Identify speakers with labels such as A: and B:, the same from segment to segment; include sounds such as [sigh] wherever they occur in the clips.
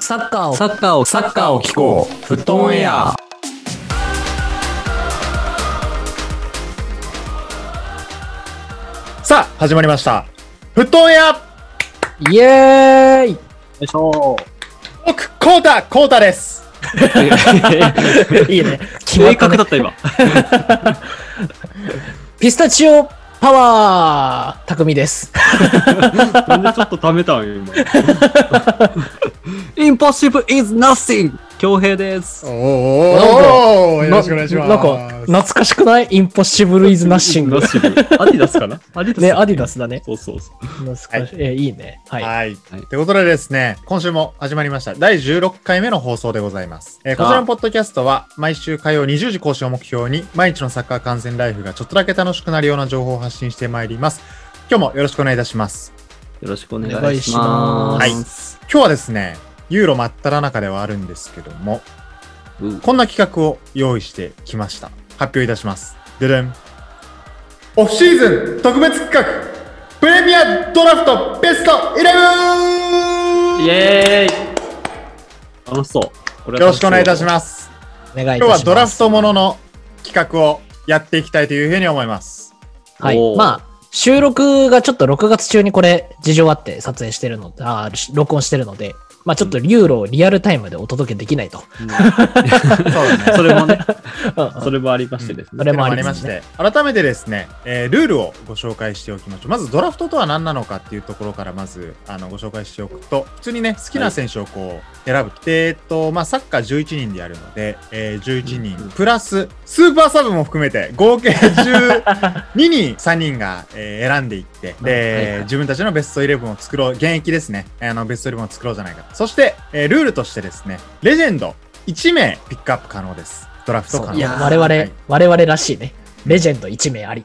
A: サッカーを
B: サッカーを、サッカーを聞こう。フットオンエア。
C: さあ、始まりました。フットオンエア
A: イエーイ
D: いしょ
C: 僕、コータ、コータです。
D: [laughs]
C: いいね。
D: 正確だった [laughs] 今。
A: ピスタチオパワー匠です。
D: なんでちょっと溜めたん今。 [laughs]
B: Impossible is nothing!
D: 恭平です。
C: お
A: お
C: およろしくお願いします。
A: ななんか、懐かしくないインポッシブルイズナッシング
D: ナ。ッシブアディダスかなアディダス。
A: ね、アディダスだね。
D: そうそうそう。
A: 懐かしい。え、いいね。はい。
C: はい。ということでですね、今週も始まりました。第16回目の放送でございます。えーこちらのポッドキャストは、毎週火曜20時更新を目標に、毎日のサッカー観戦ライフがちょっとだけ楽しくなるような情報を発信してまいります。今日もよろしくお願いいたします。
B: よろしくお願
A: お願い
B: い
A: し
B: し
A: ま
B: ますす。
C: 今日はですね、ユーロ真っ只中ではあるんですけども、
B: うん
C: こんな企画を用意してきました。発表いたします。ででん。オフシーズン特別企画、プレミアドラフトベスト 11!
D: イエーイ楽しそう。これ
C: よ
D: は楽
C: ろし
D: し
C: く
D: そう
C: お願いいたします。
A: お願いいたし
C: 今日
A: ま
C: は
A: す。
C: ドラフトものの企画をやっていきたいというふうに思います。
A: はい。
D: おー
A: まあ、収録がちょっと6月中にこれ、事情あって撮影してるの、あー、し録音してるので、まあちょっとユーロをリアルタイムでお届けできないと。
C: そうだね。
D: それもね、
A: うんうん
D: それもありましてです
A: そ
D: ね。
A: れ
C: で
A: も
C: も
A: あ
C: あ
A: り
C: り
A: ま
C: ますし
A: ね。
C: て、改めてですね、えールールをご紹介しておきましょう。まずドラフトとは何なのかっていうところからまずあのご紹介しておくと、普通にね、好きな選手をこう選ぶ。で、えっと、まあ、サッカー11人でやるので、えー11
D: うんう
C: 人
D: ん、
C: プラス、スーパーサブも含めて、合計12人、3人が、えー選んでいって、で、
B: はいはい
C: 自分たちのベストイレブンを作ろう、現役ですね、あのベストイレブンを作ろうじゃないか。そして、えールールとしてですね、レジェンド1名ピックアップ可能です。ドラフト
A: そ
C: 可能
A: う
C: です
A: いや、
B: ー
A: 我々、
C: はい
A: 我々らしいね。レジェンド1名あり。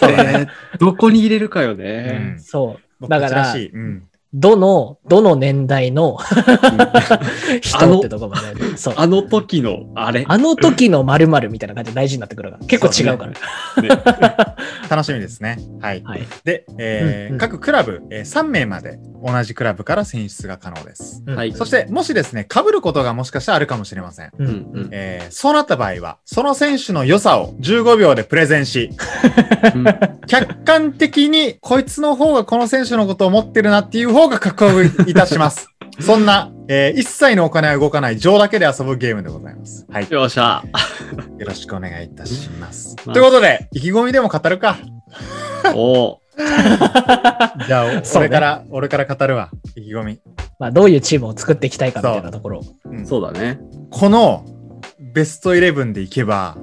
C: そうだね。
D: どこに入れるかよ
C: うん
D: ね。
A: そう。
C: 僕
A: だか
C: たち
A: ら
C: し、いうん。
A: どの、どの年代の [laughs] 人ってとこまで、そう。
D: あの時のあれ。
A: あの時の〇〇みたいな感じで大事になってくるから、結構違うから。
D: ね。
C: 楽しみですね。はい。
A: はい。
C: で、え
A: う
C: ー
A: んうん
C: 各クラブ、えー3名まで同じクラブから選出が可能です。
A: うん
D: はい
C: そして、もしですね、被ることがもしかしたらあるかもしれません。
A: うん
D: う
A: う
D: ん
A: ん
C: えーそうなった場合は、その選手の良さを15秒でプレゼンし、
D: うん
C: 客観的にこいつの方がこの選手のことを思ってるなっていう方が確保いたします。そんな、えー一切のお金は動かない、情だけで遊ぶゲームでございます。はい。よ
D: よっしゃ。
C: ろしくお願いいたします。
D: まあ
C: ということで、意気込みでも語るか。
D: おー
C: じゃ [laughs] あ、
A: そうね
C: 俺から、俺から語るわ。意気込み。
A: まあ、どういうチームを作っていきたいかみたいなところを。
C: うん
B: そうだね。
C: このベストイレブンでいけば、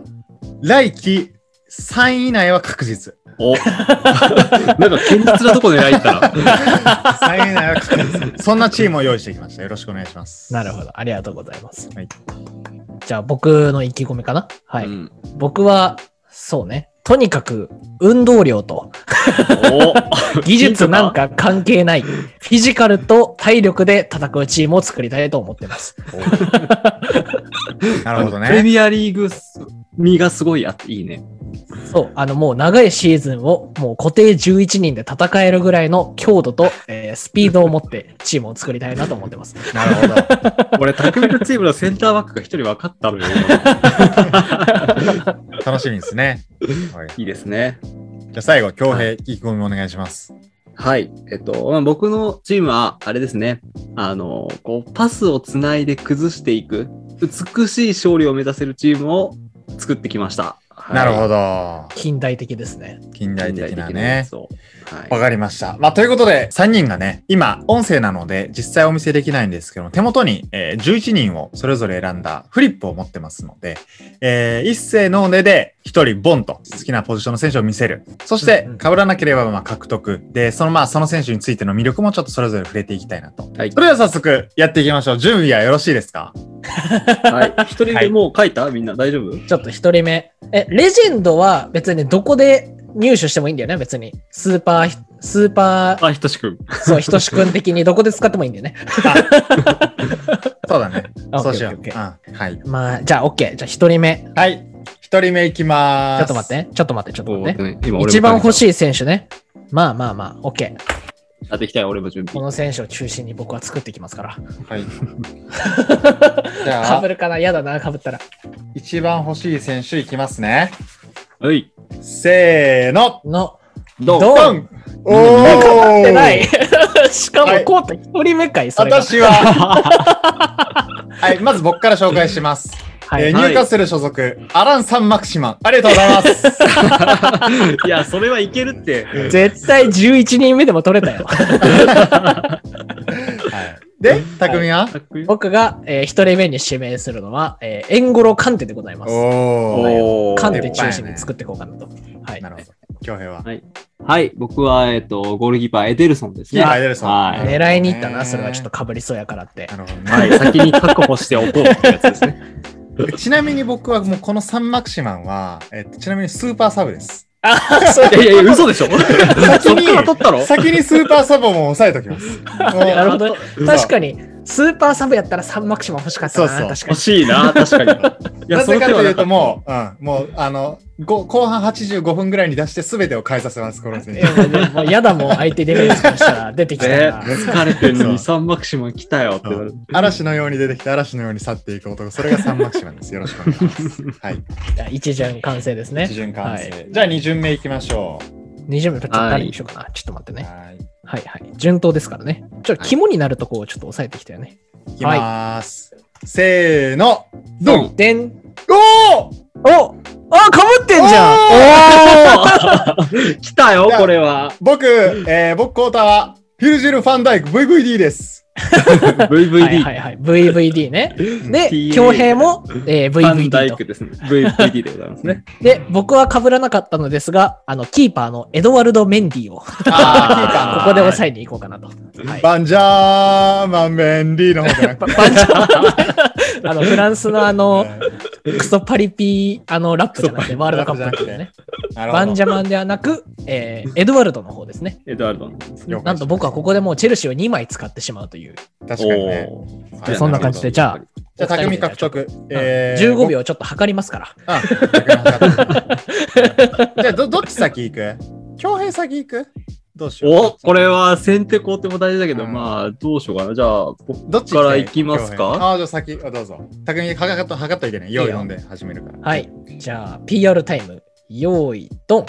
C: 来季3位以内は確 [laughs] 実。
B: [laughs]
D: おなんか堅実なとこ狙い行ったら。
C: 3位以内は確実。そんなチームを用意してきました。よろしくお願いします。
A: なるほど。ありがとうございます。
C: はい
A: じゃあ、僕の意気込みかなはい。
B: うん
A: 僕は、そうね。とにかく、運動量と、
D: お
A: 技術なんか関係ない、フィジカルと体力で戦うチームを作りたいと思ってます。
C: [laughs] なるほど
D: プ
C: [laughs]
D: レ
C: ね。
D: ミアリーグ味がすごいあっていいね。
A: そう、あのもう長いシーズンをもう固定11人で戦えるぐらいの強度と、えースピードを持ってチームを作りたいなと思ってます。
C: なるほど。
D: 俺、タクミルチームのセンターバックが一人分かったのよ。
C: 楽しみですね。はい、じ
B: [laughs] いいですね。
C: ゃあ最後、恭平、意気込みお願いします。
B: はい。えっと、まあ、僕のチームは、あれですね。あの、こう、パスをつないで崩していく、美しい勝利を目指せるチームを作ってきました。はい
C: なるほど。
A: 近代的ですね。
C: 近代的な
B: 近代的なや
C: ね
B: つ。をはい
C: わかりました。まあ、ということで、3人がね、今、音声なので、実際お見せできないんですけども、手元に、えー11人をそれぞれ選んだフリップを持ってますので、えー一斉の腕で1人ボンと好きなポジションの選手を見せる。そして
A: うんうん、
C: 被らなければまあ獲得。で、そのまあ、その選手についての魅力もちょっとそれぞれ触れていきたいなと。
B: はい
C: そ。れでは早速、やっていきましょう。準備はよろしいですか
B: はい。一人でもう書いたみんな大丈夫
A: ちょっと一人目。え、レジェンドは別にどこで入手してもいいんだよね、別に。スーパー、スーパー、
D: あ、ひとしくん。
A: そう、ひとしくん的にどこで使ってもいいんだよね。。
C: そうだね
A: あ
C: そうしよう。
A: オ
C: う
A: ッ
C: ん
A: ケーオッケ
C: はい。
A: まあ、じゃあ OK。じゃあ一人目。
C: はい。1人目いきま
A: ちょ
C: ー
A: っ
C: す。
A: と待って、ちょっと待って、ちょっと待って。
B: 今
A: 一番欲し
B: い。
A: い選手ね。まあまあまあ、OK。
B: やっていきたい、俺も準
A: こ
B: 備。
A: の選手を中心に僕は作っていきますから。 [laughs]
C: はい。じ
A: か
C: ゃ
A: ぶ
C: あ、
A: るかな嫌だな、かぶったら。
C: 一番欲しい選手いきますね。
B: はい。
C: せーの
A: の、
B: どう
A: どう
C: ドンおー
A: ってない。 [laughs] しかも、コータ一人目かい、それが。
C: [laughs] 私は、 [laughs] はい、まず僕から紹介します。
A: は
C: えー
A: い
C: ニューカッスル所属、アラン・サン・マクシマン。ありがとうございます。
B: [laughs] いや、それはいけるって。
A: 絶対11人目でも取れ
C: [laughs]
A: たよ。
C: はい、 [laughs] で、匠は、
A: 僕が、えー、1人目に指名するのは、えーエンゴロカンテでございます。
C: おー。
B: お
A: カン
B: ー。
A: テ中心に作っていこうかなと。はい
C: な。るほど。恭平は。
B: はい、僕は、えっと、ゴールキーパー、エデルソンですね。
C: はいエデルソン
B: はい。
A: 狙いに行ったな、それはちょっとかぶりそうやからって
C: な。るほど
B: は
C: ね。
B: い、先に確保しておこうってやつですね。
C: ちなみに僕はもうこのサン・マクシマンは、えっとちなみにスーパーサブです。
B: [laughs] いやいや、嘘でしょ
C: 先
B: [laughs] そっから
C: に、
B: 取ったろ
C: 先にスーパーサブをもう押さえとき [laughs] ます。
A: なるほど。
B: 嘘
A: 確かに、スーパーサブやったら3マクシマ欲しかったな。
C: そうそう
A: 確か
B: 欲
A: に。
B: しいな、確かに。
C: [laughs]
B: い
C: なぜかというと
B: う。
C: もう、うん、もう、あの、ご後半85分ぐらいに出して全てを変えさせ
A: [laughs]
C: ます、この選
A: い
C: 手。
A: やもうねもう嫌だもん、相手ディフェンスからしたら出てきた
C: [laughs]
B: え [laughs]
A: ら。
B: ー、疲れてんのにサンマクシマン来たよってなる。
C: 嵐のように出てきて、嵐のように去っていく男、それがサンマクシマンです。よろしくお願いし
A: [laughs]
C: ます。はい。
A: じゃあ一巡完成ですね
C: 一。巡完成。
A: はい
C: じゃあ二巡目いきましょ
A: 二巡目、ちょっと誰にしようかな。ちょっと待って
C: う。
A: ね。
C: は
A: は
C: い。
A: いはい。順当ですからね。ちょっと肝になるとこをちょっと押さえてきたよね。
C: いきまーす。せーの、ドン
A: でん。
C: おー
A: おあ、かぶってんじゃん
B: 来たよ、これ [laughs] は。
C: [laughs] 僕、えー、僕、コータは、フィルジル・ファンダイク VVD です。
A: はいは
B: VVD。
A: いはい。VVD [laughs] ね。で、
B: TA
A: 恭平も、えー
B: ファンダイ
A: VVD
B: ク
A: と。
B: ですね。VVD でございます [laughs] ね。
A: で、僕は被らなかったのですが、あの、キーパーのエドワルド・メンディーを、こ
C: あ
B: あー
A: こで抑えに行こうかなと。はい
C: [laughs] バンジャーマン・メンディーの方じゃなく
A: [laughs]
C: て。
A: あの、フラン [laughs] スのあの、
C: え
A: クソパリピー、あの、ラップじゃなくて、ワールドカップでね。
C: ーなるほ
A: バ
C: ど
A: ンジャマンではなく、えーエドワルドの方ですね。
B: エドワルドのですね。
C: 了解しま
A: なんと僕はここでもうチェルシーを2枚使ってしまうという、
C: 確かにね。
B: おー
C: はい
B: じゃあ
A: そんな感じで、じゃあ、
C: じゃあ、匠獲
A: お二人で
C: 得。
A: じゃあ。15。秒ちょっと測りますから。
C: 僕あ、
A: [laughs]
C: 匠獲得じゃあ、ど、どっち先行く恭平先行くどうしよう。
B: おこれは先手後手も大事だけど、
C: うん
B: まあ、どうしようかな。じゃあ、僕
C: どっち
B: から
C: 行
B: 行きます
C: 恭平
B: か
C: ああ、じゃあ先、あどうぞ。匠測っと、測っといてね。用意飲んで始めるから。
A: はい。じゃあ、PR タイム、用意、ドン。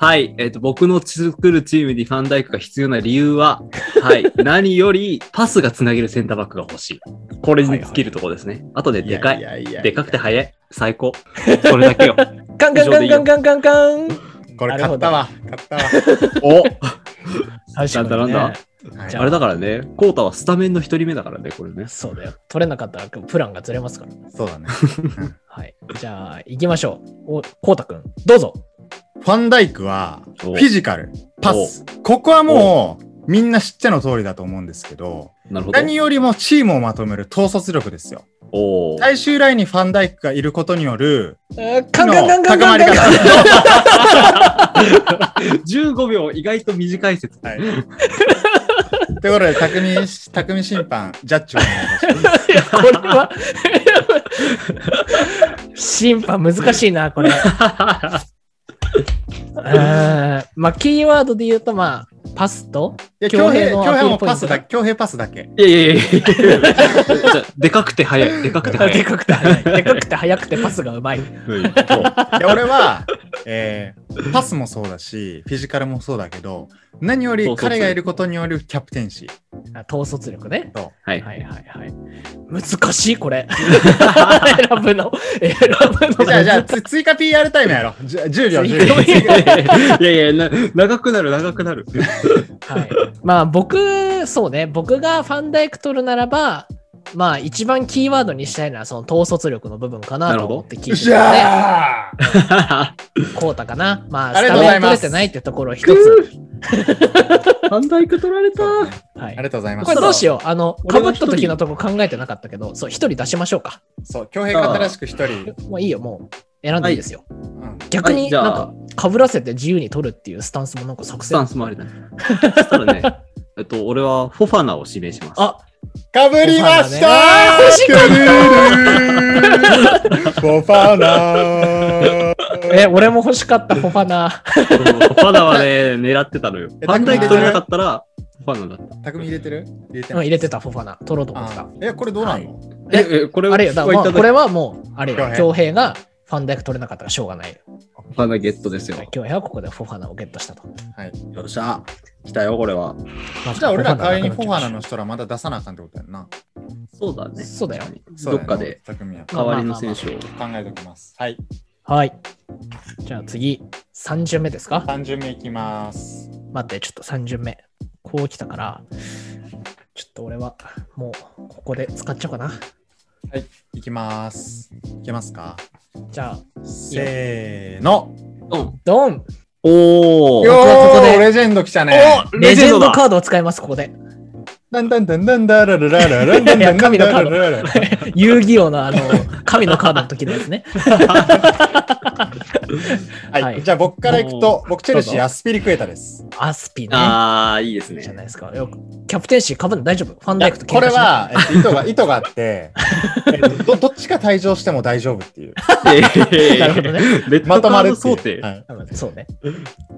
B: はい。えっ、と、僕の作るチームにファンダイクが必要な理由は、はい。何より、パスがつなげるセンターバックが欲しい。これに尽きるところですね。あとででかい。
C: やいやいや
B: でかくて速い。最高。これだけよ。
A: カンカンカンカンカンカンカン。
C: これ買ったわ。買ったわ。
B: [laughs] お
A: 確かにね
B: なんだなんだ
C: はい
A: じゃ
B: あれだからね、コータはスタメンの一人目だからね、これね。
A: そうだよ。取れなかったらプランがずれますから。
C: そうだね。
A: はい。じゃあ、行きましょう。お、こうたくん、どうぞ。
C: ファンダイクは、フ
B: お
C: ィジカル、パス。ここはもう、みんな知っての通りだと思うんですけど、
B: なるほど。
C: 何よりもチームをまとめる統率力ですよ。
B: おー
C: 最終ラインにファンダイクがいることによる、
A: カン
C: 機
A: カン
C: 能
A: カンカン
C: 高
A: カ
C: ま
A: ン
C: り
A: カン
C: 方。
B: 15秒、意外と短い説。
C: はい。ということで、匠し、匠審判、ジャッジをお願いします。
A: いやこれは審判難しいな、
B: [laughs]
A: これ。うーんまあ、キーワードで言うと、まあ、パスと、
C: いや、
A: 恭
C: 恭
A: 平
C: 平、
A: の
C: 恭
A: アピ
C: 平
A: ール
C: も
A: ポイン
C: パ
A: ト
C: ス
A: だ
C: だけ、恭平パスだけ。
B: いやいやいやいやじゃあでかくて早い、でかくて早
A: で
B: い。
A: かくて速い。でかくて速くてパスがうまい。
B: うんそう
C: いや、俺は、えーパスもそうだし、フィジカルもそうだけど、何より彼がいることによるキャプテンシー。
A: あ統率力ね。
C: と
B: はい。 [laughs]
A: はいはいはい。難しい、こ
C: [laughs]
A: れ。選ぶの。選ぶの。
C: じゃあ、じゃあ、つ追加 PR タイムやろう。じゃ10秒、10秒。
B: いやいやいや、な長くなる、長く [laughs] なる。
A: はい、まあ僕そうね僕がファンダイク取るならばまあ一番キーワードにしたいのはその統率力の部分かなと思って聞いて
C: じ
A: たので
C: ゃあ
A: こうたかなまあ
C: あ
A: ス
C: りが
A: タ
C: とうござ
A: メ
C: い
A: ン
C: ま
A: 取
C: す
A: れてないってところを一つ、
B: ハンダイク取られた。
A: は
C: あり
A: い、
C: がとうございます。
A: これどうしようあのか
B: 俺
A: ぶ
B: が
A: っ
B: 一人
A: た時のとこ考えてなかったけどそう一人出しましょうか
C: そう、恭平が新しく一人。
A: もういいよもう選んでいいですよ、
C: うん
A: 逆
B: は
A: に
B: いじゃ
A: な
B: あ
A: んかかぶらせて自由に取るっていうスタンスもなんか作
B: スタ
A: 戦
B: ンスもありだね。そした [laughs] らね、えっと、俺はフォファナを指名します。
A: あ
C: かぶりましたー
A: 欲しか
C: くるるボファーナー
A: え俺も欲しかったフォファナ
B: そうフォファナはね、狙ってたのよ。ファンダイク取れなかったら、ファナだった。
C: 匠入れてる入れて
A: うん
C: ない。
A: 入れてた、フォファナ。取ろうと思って
C: あ
A: た。
C: ーえ、これどうなの
B: え、えこれ
A: あれよ、だから、まあこれ
B: は
A: はもう、あれよ、
C: 恭
A: 強兵がファンダイク取れなかったらしょうがないよ。
B: ファナゲットですよ。
A: 強兵はここでフォファナをゲットしたと。
B: よっしゃ。来たよ、これは。
C: じゃあ俺ら代わりにフォファナ
A: の
C: の人らまだ出さなあかんってことやんな。
B: そうだね。
A: そうだよ。
C: そうだ
B: どっ
C: よ
B: かで。
C: 匠は
B: 代わりの選手を。
C: 考えておきます。はい。
A: はい。じゃあ次、3巡目ですか
C: 3巡目いきます。
A: 待って、ちょっと3巡目。こう来たから、ちょっと俺はもうここで使っちゃおうかな。
C: いきます。いけますか
A: じゃあ、
C: せーの。
A: ドン
B: おお。
A: よここで
C: レジェンド来たね。
A: レジェンド
B: だ
A: カードを使います、ここで。
C: ダンダンダンダンダララララランダンダンダンダララララ
A: 遊戯王のあの、神のカードの時のやつね。
C: は
A: はい
C: い。じゃあ僕からいくと、僕チェルシー、アスピリクエタです。
A: アスピね。
B: ああ、いいです
A: じゃ
B: ね。
A: ないですか。よくキャプテンシーかぶんない大丈夫。ファンダイクと
C: こ
A: 喧
C: れ
A: 嘩しない。
C: は、えっと意図
A: [laughs]
C: が、意図があって、えっとどどっちか退場しても大丈夫っていう。
A: なるほどね。
B: レッド
C: まと
B: カ
C: ま
B: ー
C: る
B: ド
C: っていう
B: 想定。
C: はい
A: そうね。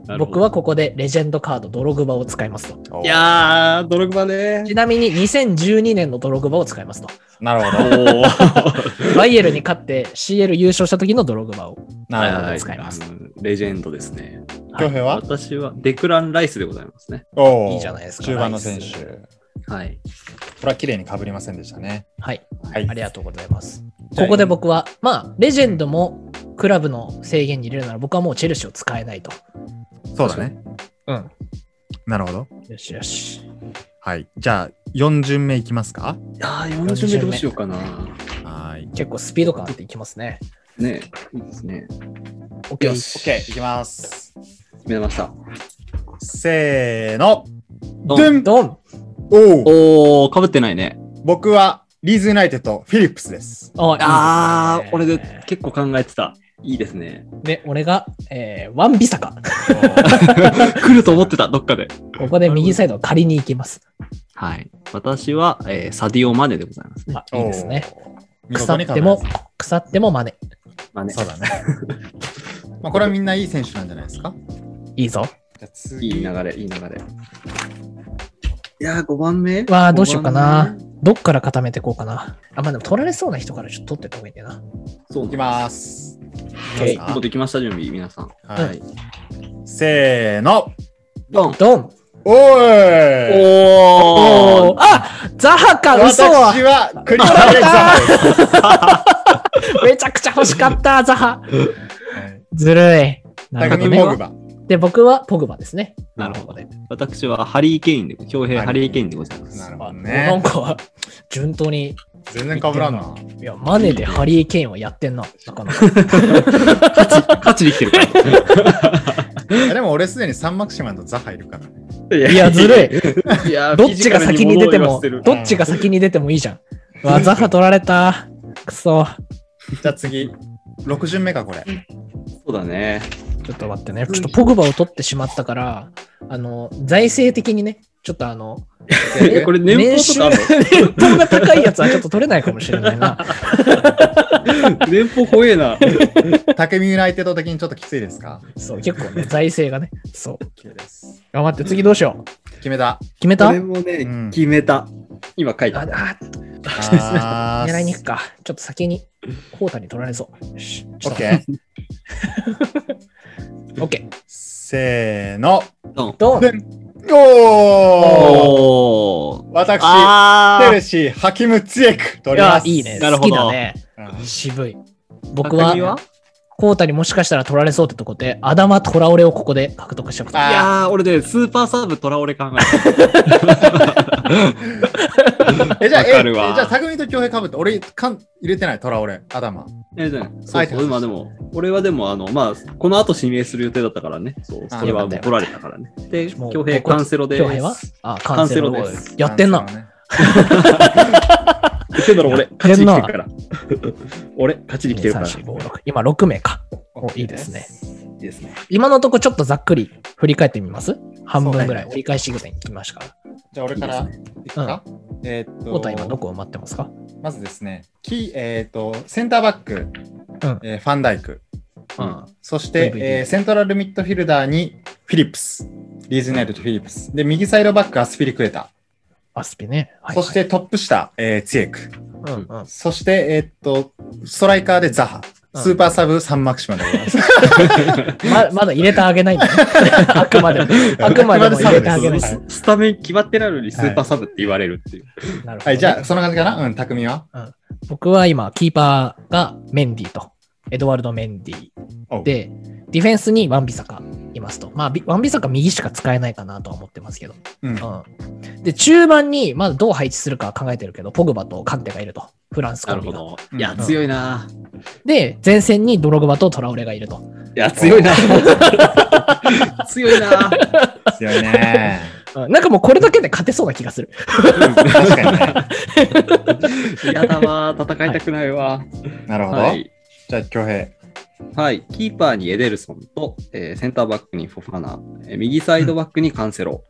B: なるほど
A: 僕はここでレジェンドカード、ドログバを使いますと。
B: いやー、ドログバね
A: ち。なみに2012年のドログバを使いますと。
C: なる
B: お
C: ほど。
B: ー
A: バイエルに勝って CL 優勝した時のドログバを。
C: なるほど。
A: はい使います。
B: うんレジェンドですね。
A: はい
C: 恭平は
B: 私はデクラン・ライスでございますね。
C: おー
A: いいじゃないですか
C: 中盤の選手。
A: ナイ
C: こ
B: はい。
C: れは綺麗に被りませんでしたね。
A: はい。
C: はい。
A: ありがとうございます。ここで僕は、まあ、レジェンドもクラブの制限に入れるなら僕はもうチェルシーを使えないと。
C: そうだね。
A: うん。
C: なるほど。
A: よしよし。
C: はい。じゃあ、4巡目いきますか
B: いやー、40名どうしようかな。
C: はい。
A: 結構スピード感あっていきますね。
B: ねいいですね。
A: OK
C: よし。OK。いきます。
B: 決めました。
C: せーの。
B: ド
C: ド
B: ン
C: ゥン
A: ドン
C: おお
B: おー、かぶってないね。
C: 僕は、リーズユナイテッド、フィリップ
A: [laughs]
C: スです。
A: あ
B: あ
A: いい
B: ー、これ
A: すね
B: で結構考えてた。いいですね。
A: で、俺が、えーワンビサカ。
B: 来ると思ってた、どっかで。
A: ここで右サイドを借りに行きます。
B: はい。私は、えーサディオ・マネでございますね。
A: あ、いいですね。
C: おー。
A: 腐っ
C: 見事
A: て
C: に被ら
A: も
C: ず、
A: 腐っても真似。
B: まあね
C: そうだね。 [laughs] まあこれはみんないい選手なんじゃないですか
A: いいぞ。
C: じゃあ
B: いい
C: 次。
B: 流れ、いい流れ。いやー、5番目
A: わあ、どうしようかな。。どっから固めてこうかな。あ、まあでも取られそうな人からちょっと取ってった方がいいんだよな。
B: そう
C: いき
B: なん
C: ます。
A: OK
C: いき
B: です。も
C: ま
B: う
C: す
B: できました、準備、皆さん。
C: かは。
A: はい
C: せーの。
B: ドン
A: ドン
C: おーい
B: お
A: おーあザハか嘘
C: 私
A: は
C: はクリスタ [laughs] ル・エクサムです
A: めちゃくちゃ欲しかった、ザハ。
C: はい。
A: ずるい。なるほ
C: 匠
A: ど
C: モグ
A: ね。
C: バ。
A: で、僕はポグバですね。
B: なるほど
A: ね。
B: 私はハリー・ケインで、恭平ハリー・ケインでございます。
C: なるほ
A: あ
C: ど
A: な
C: ね
A: ん。か、順当に、
C: 全然被らんな。
A: いや、マネでハリー・ケインをやってんな。なかなか。
B: 勝ちに来てるから。
C: いやでも俺すでにサンマクシマンとザハいるからね。
A: [laughs] いや、ずるい。
B: い。いやー
A: どっちが先に出ても
B: フィジカルに物を言わせる、
A: どっちが先に出てもいいじゃん。うわ、ザハ取られた。くそ。
C: じゃあ次。6巡目かこれ。
B: そうだね。
A: ちょっと待ってね。ちょっとポグバを取ってしまったから、あの、財政的にね、ちょっとあの、
B: え、これ年俸とかあるの
A: [laughs] 年俸が高いやつはちょっと取れないかもしれないな。
B: 年俸怖えな。
C: 匠ユナイテッド的にちょっときついですか
A: そう、結構ね、財政がね。そう。
C: ?OK です。
A: 頑張って、次どうしよう。
C: 決め [laughs] た。
A: 決めた
B: こ
A: あ
B: れもね、
C: うん
B: 決めた。今書いた。
A: あ、
C: あ
A: 狙いに行くか。ちょっと先に、ホータに取られそう。よし。
C: オッケー。
A: ー。オッケー。
C: せーの。
B: ドン。
A: ドン
C: でおー
B: おー。
C: 私、
B: あ
C: テ
B: ー
C: ルシー、ハキム・ツエク、取ります。
A: いいね。
B: なる
A: 好
B: ほ
A: き
B: ど
A: だね。
B: [laughs]
A: 渋い。僕は
B: 匠、
A: コータにもしかしたら取られそうってとこで、アダマ・トラオレをここで獲得しちゃった。
C: あ
B: いやー、俺ね、スーパーサーブトラオレ考
C: え、じゃあ、
B: わ
C: え、
B: か
C: え
B: る
C: じ
B: わ
C: ゃあ、匠と恭平かぶって、俺、かん入れてない、トラ俺、アダマ。
B: えた。え、じゃない。そ
C: あ
B: う
C: えて
B: そう、今でも、俺はでも、あの、まあ、この後指名する予定だったからね。そう、
C: あ
B: それはもう
A: よ
B: 取
A: からった
B: れたからね。で、
A: もう
B: 恭平
A: ここ
B: カンセロです。
A: 恭平はあ、カンセロ
B: カンセロです
A: やってんな。
B: 言ってんだろ、俺。 [laughs] 勝ちに来てるから。俺、勝ちに来てるから。い
A: 2345今6名か。おいいですね。
B: いですね。
A: 今のとこちょっとざっくり振り返ってみます半分ぐらい。
C: そうだね
A: 折り返しぐらいに来ましたから。
C: じゃあ、俺から、いくかえーっ
A: コータ今ど
C: と、
A: こを待ってますか
C: まずですね、キー、えーっと、センターバック、
A: ん
C: えーファンダイク、
B: う
A: うんん。
C: そして
A: VVV、
C: えーセントラルミッドフィルダーに、フィリップス。リーズナイトとフィリップス。で、右サイドバック、アスピリクエタ。
A: アスピね。はい
C: そし、てトップ下、えー、ツィエク。
A: はいうんうん
C: そして、えーっと、ストライカーでザハ。
A: うん
C: スーパーサブサンマクシマンでございます。
A: [laughs] ままだ入れてあげないんだね。あくまでも。あくまでも入れてあげない。
C: は
B: ススタメン決まってないのにスーパーサブって言われるっていう。
A: なるほどね
C: はい、じゃあ、そんな感じかなうん、匠は
A: 僕は今、キーパーがメンディーと、エドワルド・メンディ
C: お
A: ーで、ディフェンスにワンビサカいますと。まあ、ビワンビサカ右しか使えないかなとは思ってますけど。
C: うん。
A: うん、で、中盤に、まあ、どう配置するかは考えてるけど、ポグバとカンテがいると。フランスコ
B: な
A: ン
B: る
A: ビ
B: ほ
A: が。
B: ど。
C: うん
B: いや、強いな。
A: で、前線にドログバとトラオレがいると。
B: いや、強いな。 [laughs] 強いな。
C: 強いね。
A: うんなんかもうこれだけで勝てそうな気がする。
C: 確かにね。
B: 嫌だわ。戦いたくないわ。
C: なるほど。
B: はい。
C: じゃあ、恭平。
B: はい。キーパーにエデルソンと、えーセンターバックにフォファナ、えー右サイドバックにカンセロ。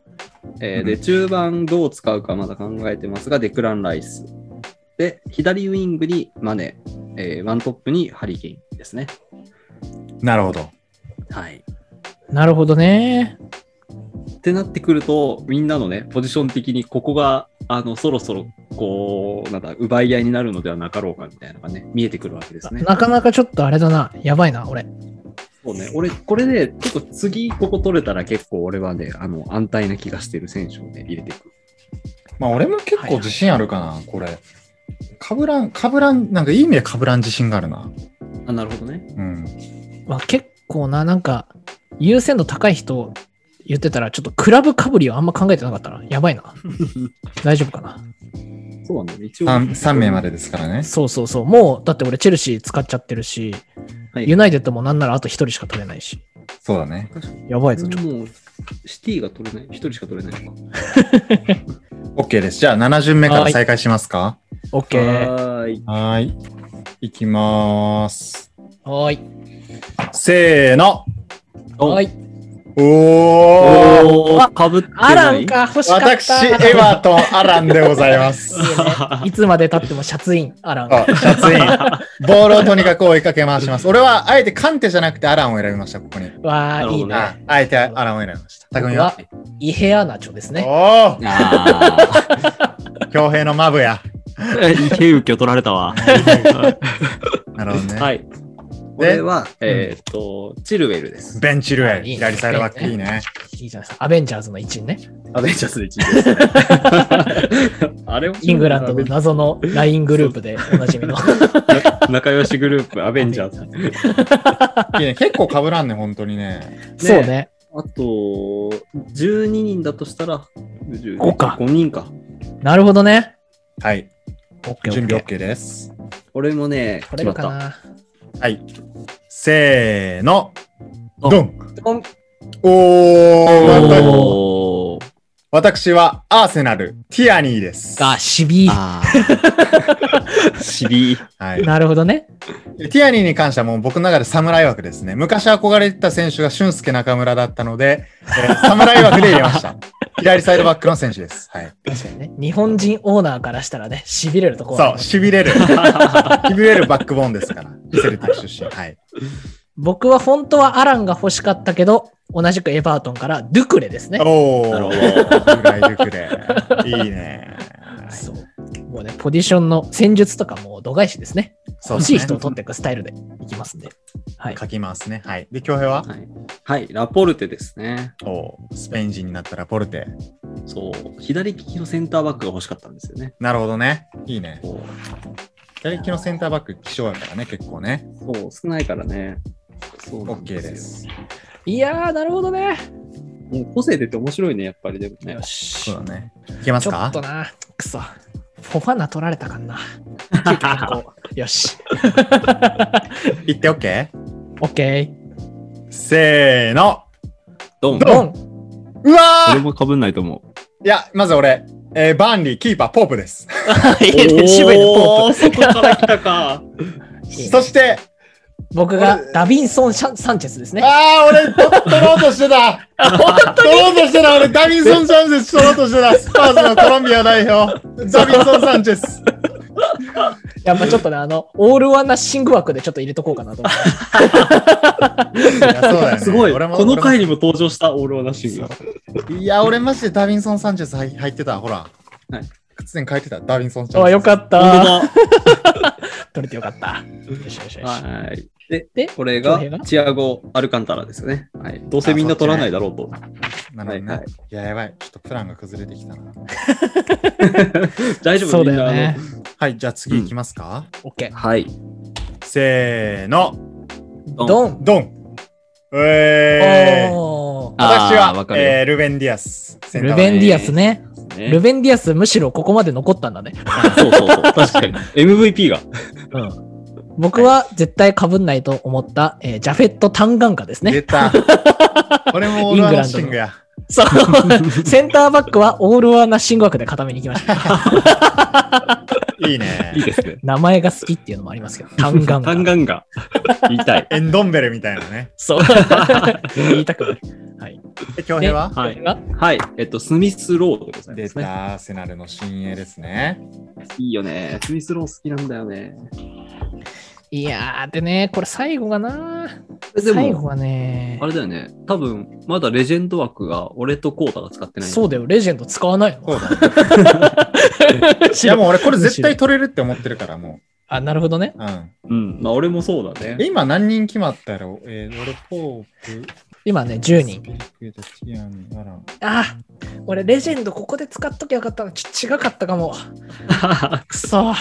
B: えーで、中盤どう使うかまだ考えてますが、デクラン・ライス。で、左ウィングにマネ、えーワントップにハリケーンですね。
C: なるほど。
B: はい。
A: なるほどね。
B: ってなってくると、みんなのね、ポジション的にここが、あの、そろそろ、こう、なんだ、奪い合いになるのではなかろうかみたいなのがね、見えてくるわけですね。
A: なかなかちょっとあれだな。やばいな、俺。
B: そうね、俺、これで、結構次、ここ取れたら結構俺はね、あの、安泰な気がしてる選手をね、入れていく。
C: まあ、俺も結構自信あるかな、これ。かぶらん、かぶらん、なんかいい意味でかぶらん自信があるな。
B: あ、なるほどね。
C: うん。
A: まあ、結構な、なんか、優先度高い人言ってたら、ちょっとクラブかぶりはあんま考えてなかったな。やばい
B: [laughs]
A: な。大丈夫かな。
B: そうなんだ、一応。
C: 3, 三名までですからね。
A: そうそうそう。もう、だって俺、チェルシー使っちゃってるし、
B: はい
A: ユナイテッドもなんならあと1人しか取れないし。
C: そうだね。
A: やばいぞ、ちょっと。
B: もう、シティが取れない、一人しか取れないのか。
C: OK です。じゃあ、7巡目か
A: は
C: ら
A: い
C: 再開しますか。
A: オッケー。
B: はーい。
C: はーい。いきまーす。
A: はーい。
C: せーの。
A: は。
B: はい
C: おー。
B: おー、かぶってない。
A: アランか、欲しかった。
C: 私、エヴァトン・アランでございます。
A: いつまでたってもシャツイン、アラン。
C: あシャツイン。ボールをとにかく追いかけ回します。俺は、あえてカンテじゃなくてアランを選びました、ここに。
A: わ
B: な
A: あ、
B: るほ
A: いい
B: どね
A: な。
C: ああえてアランを選びました。匠
A: 僕
C: は
A: は、イヘアナチョですね。
C: おお
B: [laughs] あ
C: 強兵のマブや。
D: ー。池受けを取られたわ。
C: なるほどね。
B: はい。これは、えーっと、チルウェルです。
C: ベンチルエル、
A: いいね
C: 左サイドバックいいね。
A: いいじゃないですか。アベンジャーズの一員ね。
B: アベンジャーズで一位ですね。あれ
A: イングランドの謎の LINE グループでおなじみの。 [laughs]
B: な仲良しグループ、アベンジャーズ。
C: いいね結構被らんね、本当にね。
A: [laughs] そうね。
B: あと、12人だとしたら、10
A: 五か
B: 5人か。
A: なるほどね。
C: はい。
A: オッケーオ
C: 準
A: ッケー。
C: 備 OK です。
B: 俺もね、
A: 取れるかな
C: はい。せーの。
B: ド
C: ド
B: ン
C: ン
B: 決まった。
C: おー
B: おー
C: 私はアーセナル、ティアニーです。
A: が、シビー。
B: あーシ [laughs] ビー。
C: はい。
A: なるほどね。
C: ティアニーに関してはもう僕の中で侍枠ですね。昔憧れてた選手が俊介中村だったので、えー侍枠で入れ
A: [laughs]
C: ました。左サイドバックの選手です。はい。
A: 確かにね。日本人オーナーからしたらね、痺れるとこ
C: そう、
A: ろ。
C: 痺れる。痺れるバックボーンです
A: [laughs]
C: から。セルティック出身。はい。
A: 僕は本当はアランが欲しかったけど、同じくエバートンからドゥクレですね。
C: お
B: なるほ
C: お。
B: ど。
C: ぐらいルクレ。いいね。
A: そう。もうね、ポジションの戦術とかも度外視ですね。
C: そう
A: 欲
C: です
A: し
C: ね
A: い人を取っていくスタイルでいきますんで。はい。
C: 書きますね。はい。で、京平は
B: はい、はい、ラポルテですね。
C: おースペイン人になったらポルテ。
B: そう、左利きのセンターバックが欲しかったんですよね。
C: なるほどね。いいね。
B: こ
C: 左利きのセンターバック、希少だからね、結構ね。
B: うそう、少ないからね。そうなんですよ
C: OK です。
A: いやー、なるほどね。
B: もう個性出て面白いね、やっぱりでもね
A: よ。し
C: そう。だね。いけま
A: ち
C: す
A: ょっ
C: か
A: とな、くそ。フォファナ取られたかんな。
C: [laughs]
A: よし。
C: いって OK?
A: オッケー。
C: せーの。
B: ドン。
A: ドン。
C: うわ
D: 俺
C: ー
D: も被んないと思う。
C: いや、まず俺、えーバーンリー、キーパー、ポープです。
A: いいね渋いねポ
B: おーそこから来た [laughs] か。
A: いいね
C: そして、
A: 僕がダビンソン・シャンサンチェスですね。
C: あー、俺、と取ろうとしてた。取ろうとしてた。俺、ダビンソン・サンチェス取ろうとしてた。スパーズのコロンビア代表、ダビンソン・サンチェス。
A: やっぱちょっとね、あの、オールワンなシング枠でちょっと入れとこうかなと思って。
C: いやそう [laughs] だよね
D: すごい。こ
C: 俺も
D: の回にも登場したオールオナシング。
C: いや、俺マジでダビンソン・サンチェス入入ってた、ほら。
B: はい
C: 靴に書いてた、ダビンソン・サンチェス。
A: あ、よかっ
D: 本当
A: た。
D: だ
A: 取れてよかった。よしよしよし。
B: はい。で、
A: で
B: これ
A: 翔平
B: が
A: が
B: チアゴ・アルカンタラですよね。はい。どうせみんな取らないだろうと。
C: なるほどね
B: はいはい
C: いや、やばい。ちょっとプランが崩れてきたな。
B: 大丈夫
A: そうだよ。
B: みんなあ
A: ね
B: の。
C: はい、じゃあ次行きますか。
A: オッケー。
B: はい。
C: せーの、
A: ドン。
C: ドンえー
A: おー
B: あ
C: 私
B: ー
C: は
B: わ、かるよ
C: えールベン・ディアス。センタ
A: ル
C: ーバッ
A: ベン・ディアスね。
B: ね
A: ルベン・ディアス、むしろここまで残ったんだね。
B: あそうそうそう。確
A: [laughs]
B: かに。MVP が。
A: うん。僕は絶対被んないと思った、えージャフェット・タンガンカです
C: ク
A: ね。
C: [laughs] 出た。 [laughs] 俺もオールアナッシングや。
A: そう。センターバックはオール・ア・ナッシング枠で固めに行きました。
C: いいね
B: いい。ですね。
A: 名前が好きっていうのもありますけど、タンガ
D: ガ
A: ンカ
D: ン。ガンが。言いたい。
C: エンドンベルみたいなね。
A: そう。言いたくなる。はい。
C: で、京平は
D: は
A: こ
D: い
A: れ。が
B: はい。えっと、スミスロードでございま
C: 出
B: すね。
C: た、アーセナルの新鋭ですね。
B: いいよね。スミスロー好きなんだよね。
A: いやー、でね、これ最後がな
B: で
A: 最後
B: も、
A: がね
B: あれだよね。多分、まだレジェンド枠が俺とコータが使ってない。
A: そうだよ、レジェンド使わないの
C: そうだね。
A: [laughs]
C: いや、もう俺これ絶対取れるって思ってるから、も
A: あ、なるほどね。
C: う。うん。
B: うん。まあ、俺もそうだ
C: え
B: ね。
C: 今何人決まったやろえー、俺、ポープ、
A: 今ね、10人。
C: スピリクエタチアン、アラン。
A: あ俺、レジェンドここで使っときゃよかったの。ち違かったかも。くそ。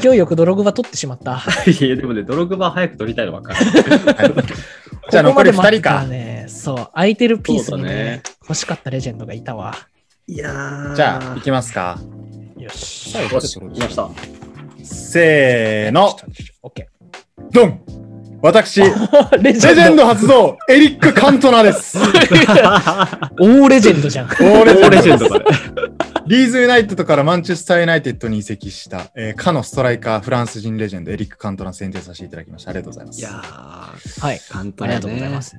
A: 勢いよくドログバ取ってしまった。
B: [laughs] いや、でもね、ドログバ早く取りたいの分かる。
C: はいじゃあ残り
A: ここまで
C: 2人か
A: 待。ってたらね、そう、空いてるピースに
B: そうだ
A: ね
B: ね、
A: 欲しかったレジェンドがいたわ。
B: いやー
C: じゃあ、行きますか。
A: よし。
B: よし、 [laughs] 来ました。
C: せーの、
A: オッケ
C: ドン私、レ
A: ー。 [laughs] レ
C: ジェンド発動、エリック・カントナです。
A: 大レジェンド
C: [laughs]
A: じゃん。
C: オーレジ
D: レジェ
C: ェン
D: ンドだ
C: ド。
D: ね。
C: リーズユナイテッドからマンチェスターユナイテッドに移籍した、えー、かのストライカー、フランス人レジェンド、エリック・カントナ選定させていただきました。ありがとうございます。
B: いやー、
A: はい。あ
B: 簡単
A: り
B: だね
A: がとうございま。す。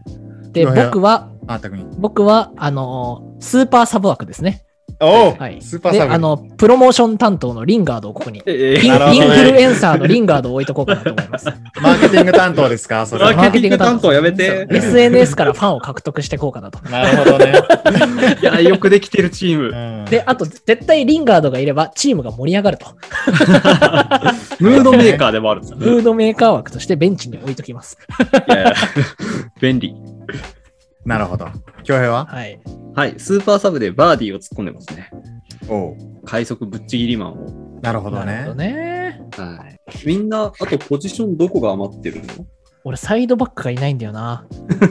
A: で、
C: いやいや
A: 僕は、
C: あ、たくに。
A: 僕は、あのースーパーサブ枠ですね。
C: おお、
A: はい。
C: スーパーサ
A: で、あ
C: ブ
A: の、プロモーション担当のリンガードをここに。
B: え
A: インイン
C: なるほどね
A: フルエンサーのリンガードを置いとこうかなと思い
C: [laughs]
A: ます。
C: マーケティング担当ですかそれ
B: マ
C: は。
B: ーケティング担当やめて。
A: SNS からファンを獲得していこうかなと。
C: なるほどね。
B: [laughs] いや、よくできてるチーム。
C: うん
A: で、あと、絶対リンガードがいれば、チームが盛り上がると。
D: ムードメーカーでもあ
B: [laughs]
D: るんですよね
A: ムードメーカー枠としてベンチに置いときます。
B: いやいや便利。
C: なるほど。京平は
A: はい。
B: はい、スーパーサブでバーディーを突っ込んでますね。
C: おう
B: 快速ぶっちぎりマンを。
C: なるほど
A: なる
C: ね
A: ほど。ね。
B: はい。みんな、あとポジションどこが余ってるの
A: 俺、サイドバックがいないんだよ
C: [laughs]
A: な。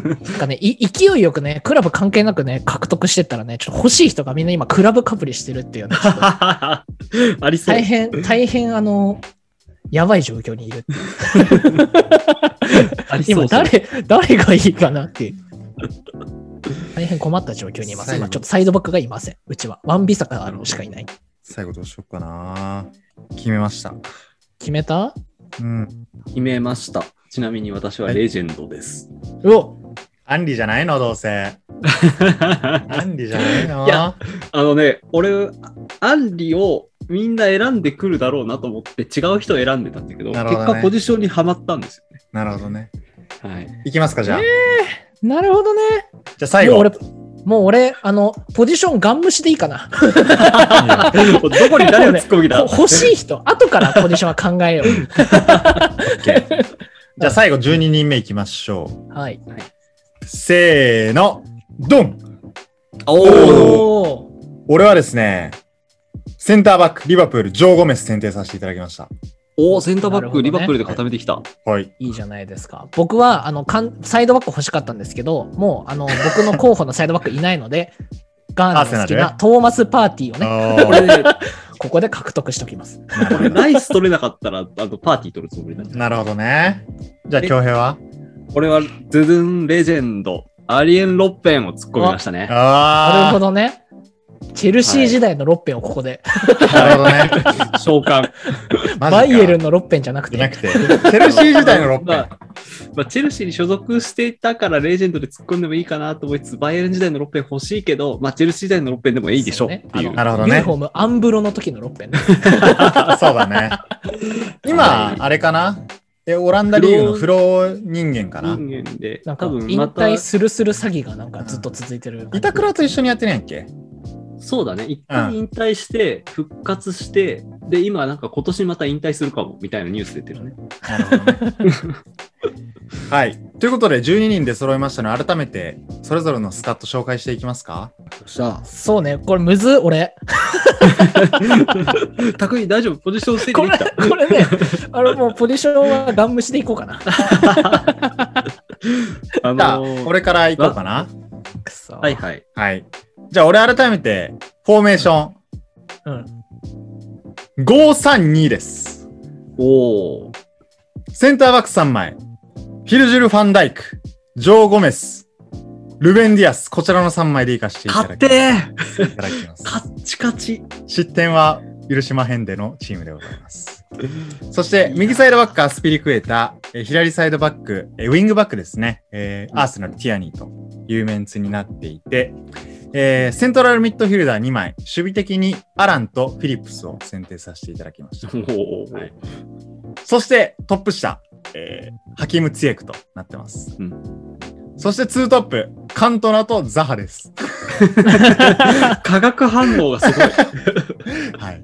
A: なんかね、い勢いよくね、クラブ関係なくね、獲得してったらね、ちょっと欲しい人がみんな今、クラブかぶりしてるっていうね、ちょっと
B: [laughs] ありそう
A: 大。変、大変、あの、やばい状況にいるっていう。
B: ありそ
A: 今、
B: う
A: 誰、誰がいいかなっていう。大変困った状況にいます。
C: 最後
A: 今、ちょっとサイドバックがいません。うちは。ワンビサカあるしかいない。
C: 最後どうしようかな。決めました。
A: 決めた
C: うん。
B: 決めました。ちなみに私はレジェンドです。
A: うお
C: アンリじゃないのどうせ。アンリじゃないの
B: いや [laughs] あのね、俺、アンリをみんな選んでくるだろうなと思って違う人を選んでたんだけど、
C: なるほどね
B: 結果ポジションにはまったんです
C: なるほどね。
B: よね。はい。
C: いきますか、じゃあ。
A: なるほどね。
C: じゃあ最
A: もう
C: 後。
A: 俺、もう俺、あの、ポジションガン無視でいいかな。
B: どこに誰を突っ込みだ
A: ほ [laughs] 欲しい人、後からポジションは考えよう。
C: じゃあ最後12人目いきましょ
A: はい。
C: う。せーの、ドン
B: おお
A: おー
C: 俺はですね、センターバック、リバプール、ジョー・ゴメス選定させていただきました。
B: おーセンターバ
A: なる
B: ッ
A: ほどね
B: ク、リバプールで固めてきた。
C: はい。
A: いいじゃないですか。僕は、あの、かんサイドバック欲しかったんですけど、もう、あの、僕の候補のサイドバックいないので、ガーナの好き
C: アーセナル
A: な
C: ね
A: トーマス・パーティーをね、
C: あ
B: これ
C: ー
B: ね、
A: ここで獲得しておきます。
B: こ
A: [laughs]
B: れライス取れなかったら、あの、パーティー取るつもりだ。 [laughs]
C: なるほどね。じゃあ、京平は
B: これは、ズズ [laughs] ンレジェンド、アリエン・ロッペンを突っ込みましたね。
C: あ
A: なるほ
C: ど。
A: どね。チェルシー時代のロッペンをここで、
C: なるほどね。
A: [laughs]
D: 召喚。
C: マジか
A: バイエルンのロッペンじゃなく
C: じゃな
A: て、
C: くて、チェルシー時代のロッペ
B: ま
C: ン。
B: あまあチェルシーに所属していたからレジェンドで突っ込んでもいいかなと思いつつ、バイエルン時代のロッペン欲しいけど、まあ、チェルシー時代のロッペンでもいいでしょって
A: そう
B: い
A: ね
B: う。
C: なるほど
A: ユニ
C: ね [laughs]
A: フォ。ームアンブロの時のロッペンね。
C: そうだね。今、あれかなえ、オランダリーグの不老人間かな
B: 人間で、
A: なんか
B: 多分
A: 引
B: また
A: 退、するする詐欺がなんかずっと続いてる。
C: 板倉と一緒にやってないんやっけ
B: そうだね、一回引退して、復活して、で、今、なんか今年また引退するかもみたいなニュース出てるね。
C: なるほどね。はい。ということで、12人で揃いましたので、改めて、それぞれのスカット紹介していきますか
B: さ
A: そうね、これむず、俺。
B: あ、たくみ大丈夫、ポジション整
A: こ
B: 理で
A: れ、
B: きた。
A: これね、あのもうポジションはガン無視でいこうかな。
B: あ
C: じゃあ、
B: のー
C: 俺から行こうかな。
A: くそ。
B: はいはい。
C: はい。じゃあ、俺改めて、フォーメーショ
A: うん。
C: ン、532です。
B: おお。
C: センターバック3枚、ヒルジュル・ファンダイク、ジョー・ゴメス、ルベン・ディアス、こちらの3枚でいかしていた
B: 勝
C: だ
B: っ
C: き
B: て
C: ます。
B: ー
C: いただきます。
B: カッチカチ。
C: 失点は許しまへんでのチームでございます。そして、右サイドバック、アスピリクエタ、えー左サイドバック、えーウィングバックですね、えーアーセナル、ティアニーというメンツになっていて、えーセントラルミッドフィルダー2枚、守備的にアランとフィリップスを選定させていただきました。
B: おお、
C: はいそして、トップ下、えーハキム・ツィエクとなってます。
B: う
C: そして、ツートップ、カントナとザハです。
B: 化学反応がすごい。
C: はい。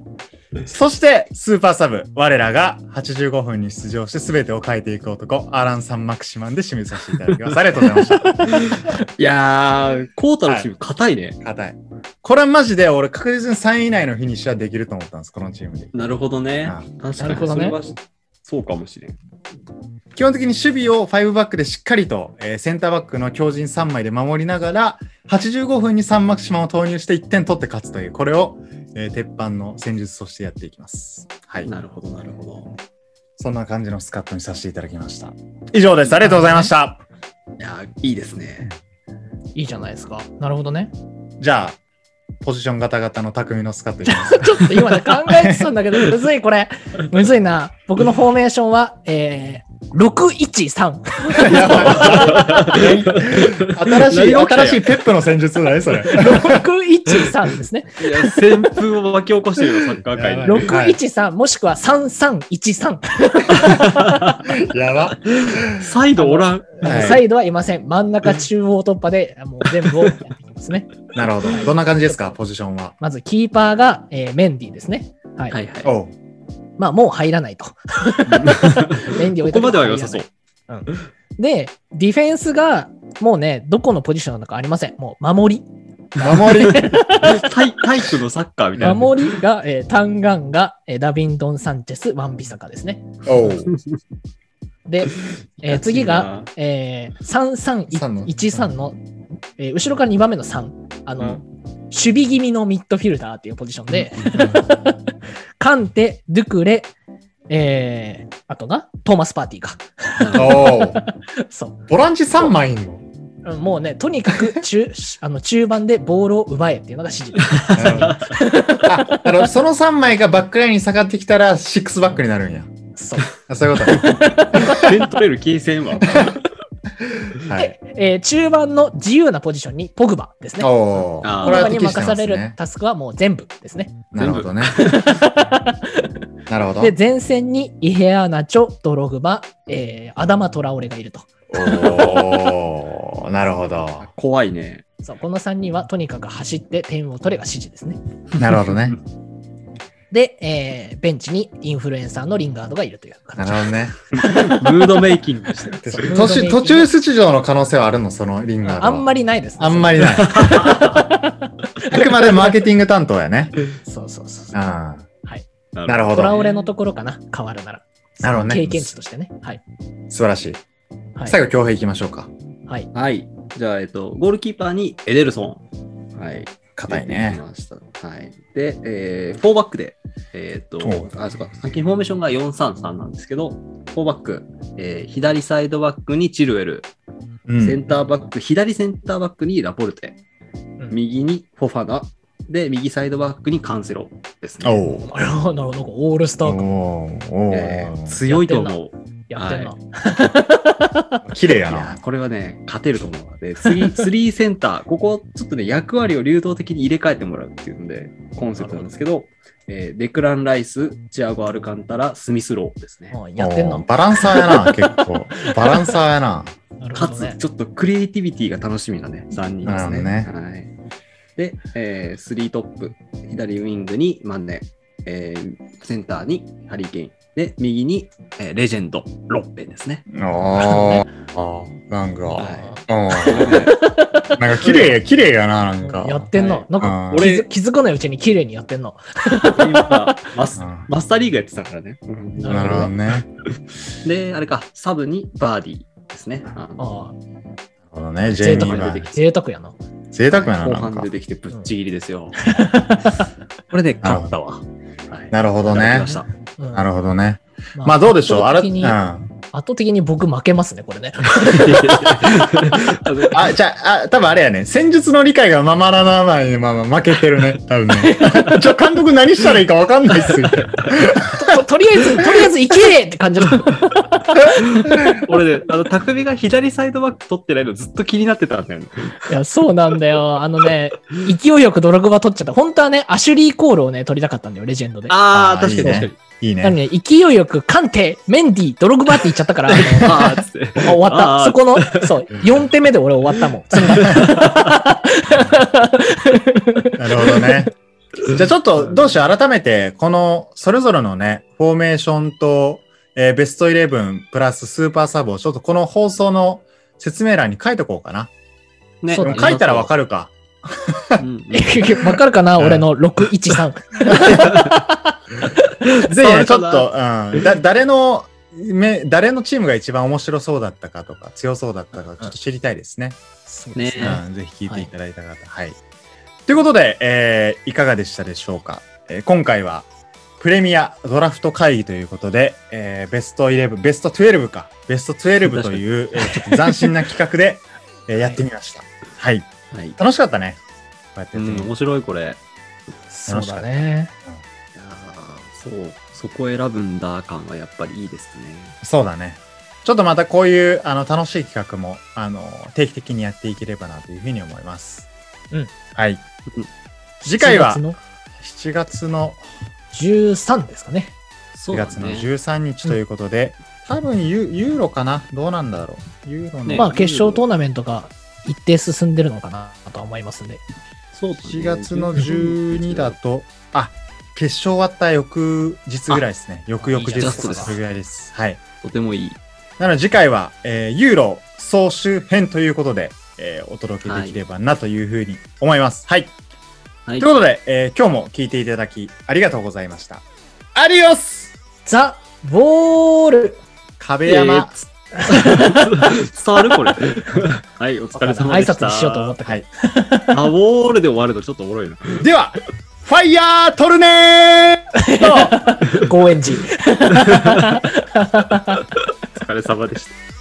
C: そして、スーパーサブ、我らが85分に出場して全てを変えていく男、アラン・サン・マクシマンで締めさせていただき [laughs] ます。ありがとうございました。
B: [laughs] いやー、コータのチーム、硬いね。
C: 硬い。これはマジで俺確実に3位以内のフィニッシュはできると思ったんです、このチームで。
B: なるほどね
C: あ。
B: 確か
A: なるほ
B: に
A: ど
B: そ
A: ね
B: れはそうかもしれん。
C: 基本的に守備を5バックでしっかりと、えーセンターバックの強靭3枚で守りながら、85分にサン・マクシマンを投入して1点取って勝つという、これを、えー鉄板の戦術としてやっていきます。はい。
B: なるほど、なるほど。
C: そんな感じのスカットにさせていただきました。以上です。ありがとうございました。
B: いやー、いいです [laughs] ね。
A: いいじゃないですか。なるほどね。 [laughs]
C: じゃあ、ポジションガタガタの匠のスカットいきます。
A: ちょっと今ね考えてたんだけど、むずいこれ。むずいな。僕のフォーメーションは、えー、613。 [laughs]
C: 新しい、
B: 何が起きたんや
C: 新しいペップの戦術だね、それ。
A: 613ですね。
B: いや、旋風を巻き起こしてるよ、サッカー界
C: や
B: に
C: ばい。
A: 613、もしくは3313。
C: やば。
B: サイドおらん。
A: サイドはいません。真ん中中央突破で、 [laughs] もう全部をやっていきますね。
C: なるほど。どんな感じですか、ポジションは。
A: まず、キーパーが、えーメンディーですね。はい。
B: はいはい。こ
C: おう
A: まあ、もう入ら
B: [laughs]
A: ないと。メンディー置いとけば
B: こまでは良さそう。
A: で、ディフェンスが、もうね、どこのポジションなのかありません。もう、守り。
C: 守り。 [laughs]
B: タイタイプのサッカーみたいな。
A: 守りが、えータンガンが、えーダビンドン・サンチェス、ワンビサカですね。
C: おう
A: で、えー次が
B: いか、
A: えー、3313の、えー後ろから2番目の3。あの、守備気味のミッドフィルダーっていうポジションで、カンテ、ドゥクレ、えー、あとな、トーマス・パーティーか。
C: おう
A: そ
C: ボランチ3枚いんの。
A: ううん。もうね、とにかく中 [laughs] あの中盤でボールを奪えっていうのが指示。
C: なるほどああの、その3枚がバックラインに下がってきたら、6バックになるんや。
A: そう。
C: あそういうことね
B: ベントレル消えせんわ。
C: はい。
A: えー中盤の自由なポジションにポグバですね。
C: おうこれ
B: あー
A: ポグバ
C: は
A: に
C: 適して
A: 任さ
C: ます
A: れ
C: ね
A: る。タスクはもう全部ですね。
C: なるほどね。なるほど。
A: で、前線にイヘアナチョ、ドログバ、えーアダマ・トラオレがいると。
C: おー、なるほど。
B: 怖いね。
A: そうこの3人はとにかく走って点を取れが指示ですね。
C: なるほどね。
A: で、えーベンチにインフルエンサーのリンガードがいるという
C: な
A: 形
C: るほどね。
B: ムードメイキングしてる。
C: 途中途中出場の可能性はあるのそのリンガードは
A: あんまりないです、
C: あんまり [laughs] ない。あくまでマーケティング担当やね。
A: そうそうそうそう。
C: ああな
B: な
C: るほ
A: トラオ
C: ど。
A: レのところかな、変わるなら。
C: なるほどね
A: 経験値としてね。はい。
C: 素晴らしい。
A: はい。
C: 最後、強兵いきましょうか。
A: はい、
B: はい。じゃあ、えっと、ゴールキーパーにエデルソン。はい。
C: 硬い
B: 出てき
C: ね。
B: ましたはい。で、えー、4バックで、えっ、
C: おう
B: と、あ、そうか、先にフォーメーションが433なんですけど、4バック、えー左サイドバックにチルエル、
C: う
B: セ
C: ん。
B: ンターバック、左センターバックにラポルテ、
A: ん
B: 右にフォファナ、で、右サイドバックにカンセロですね。
C: おう
A: なるほど、なるほどなんかオールスター感
C: おうおう
B: えー強いと思う。
A: やってんな。
B: は
C: 綺麗
B: い
C: や
B: や
C: な。
B: ーこれはね、勝てると思うので、3, 3センター、ここちょっとね、役割を流動的に入れ替えてもらうっていうんで、コンセプトなんですけど、えーデクラン・ライス、チアゴ・アルカンタラ、スミス・ローですね。
A: うんやってん
C: おう
A: な。
C: バランサーやな、結
A: [laughs]
C: 構。バランサーやな。
A: なる
B: か
A: ほど
B: つ、
A: ね。
B: ちょっとクリエイティビティが楽しみなね、3人ですね。
C: なるほ
B: はい、で、えー、3トップ、左ウィングにマンネ、えーセンターにハリー・ケイン、で、右に、えーレジェンド、ロッペですね。
C: あーなんか、う
B: は
C: ん
B: い
C: なんか綺麗や、綺麗やな、なんか。
A: やってんな。
B: はい
A: なんか
C: うん
A: 気
B: 俺
A: づ気づかないうちに綺麗にやってんな。
B: 今マス
C: うん
B: マスターリーグやってたからね。うん
C: なるほどね。なる
B: で、あれか、サブにバーディーですね。あの
A: ああ、
C: ほどね、ジェイ
A: 贅
C: ミ
A: 沢
C: ー
A: や
C: は
A: な。。贅沢やな。
C: 贅沢やな、
B: 後
C: なん
B: 半
C: か
B: 出。てきてぶっちぎりですよ。 [laughs] これで勝ったわ。はい
C: なるほど
B: いただき
C: ね
B: ま。した [laughs]
A: うん
C: なるほどね。
A: ま
C: まあどうでしょう、あ
A: 圧
C: ら、
A: 倒的
C: うん。
A: に
C: あ、
A: 圧倒的に僕負けますね、これね。
C: じゃあ、あ多分あれやね、戦術の理解がままならないまま負けてる [laughs] ね、多分ね。ちょ、監督何したらいいか分かんないっす [laughs] よ。
A: ととりあえず、とりあえず行けって感じだった。
B: 俺ね、あの、匠が左サイドバック取ってないのずっと気になってたんだよね。
A: いや、そうなんだよ。あのね、勢いよくドラグバ取っちゃった。本当はね、アシュリー・コールをね、取りたかったんだよ、レジェンドで。
B: あー、
C: あーい
B: 確かに
C: いね
B: 確かに。
C: いい
A: なの
C: ね。
A: で、ね、勢いよく、カンテ、メンディ、ドログバって言っちゃったから、あ
B: [laughs]
A: の
B: あーっつって。
C: [laughs]
A: あ終わっ
B: あ
A: た。
B: ー
A: そこの、そう、4手目で俺終わった
B: [laughs]
A: もん。その
C: なるほどね。じゃあちょっと、どうしよう、改めて、この、それぞれのね、フォーメーションと、えーベストイレブンプラススーパーサブを、ちょっとこの放送の説明欄に書いとこうかな。
B: ね
A: そう
C: でも書いたら分かるか。
B: うんうん
A: わかるかな俺の613。
C: ぜひ
B: そ
C: ね、
B: う
C: ちょ
B: そう
C: っ
B: だ
C: と、うん、だ誰のめ、誰のチームが一番面白そうだったかとか、強そうだったか、ちょっと知りたいですね。
A: そう
B: ね
A: ですね。
C: うん、ぜひ聞いていただいた方。はい。ということで、えーいかがでしたでしょうか、えー今回は、プレミアドラフト会議ということで、えーベスト11、ベスト12か、ベスト12という、えーちょっと斬新な企画で、えーやってみました。はい。
B: はい。
C: 楽しかったね。こうやって
B: う
C: やって
B: ん、
C: みて
B: 面白いこれ。いや
A: そうだね。
B: ーそう、そこ選ぶんだ感はやっぱりいいですね。
C: そうだね。ちょっとまたこういうあの楽しい企画もあの定期的にやっていければなというふうに思います。
A: うん。
C: はい。次回は
A: 7月の
C: 7月の
A: 13ですかね。
B: そ
C: 7
B: うだ
C: 月の
B: ね。
C: 13日ということで、多分ユユーロかなどうなんだろうユーロの、
B: ね
A: まあ、決勝トーナメントが一定進んでるのかなとは思いますんで。
B: そうだね
C: 7月の12だと、あ、決勝終わった翌日ぐらいですね。翌々日
A: いいじゃ
B: ん
C: それぐらいです。はい。
B: とてもいい。
C: なので次回は、えーユーロ総集編ということで、えーお届けできればなというふうに思います。はい。
B: はい
C: という。ことで、えー今日も聞いていただきありがとうございました。アディオス
A: ザ・ボール
C: 壁山、
B: えー [laughs] 伝わるこれ。はい、お疲れ様
A: 挨
B: でし
A: 拶
B: た。
A: にしようと思ったから。
C: はい、
B: あ、ウォールで終わるのちょっとおもろいな。
C: では、ファイヤートルネ [laughs] ード
A: 高円寺。
B: お疲れ様でした。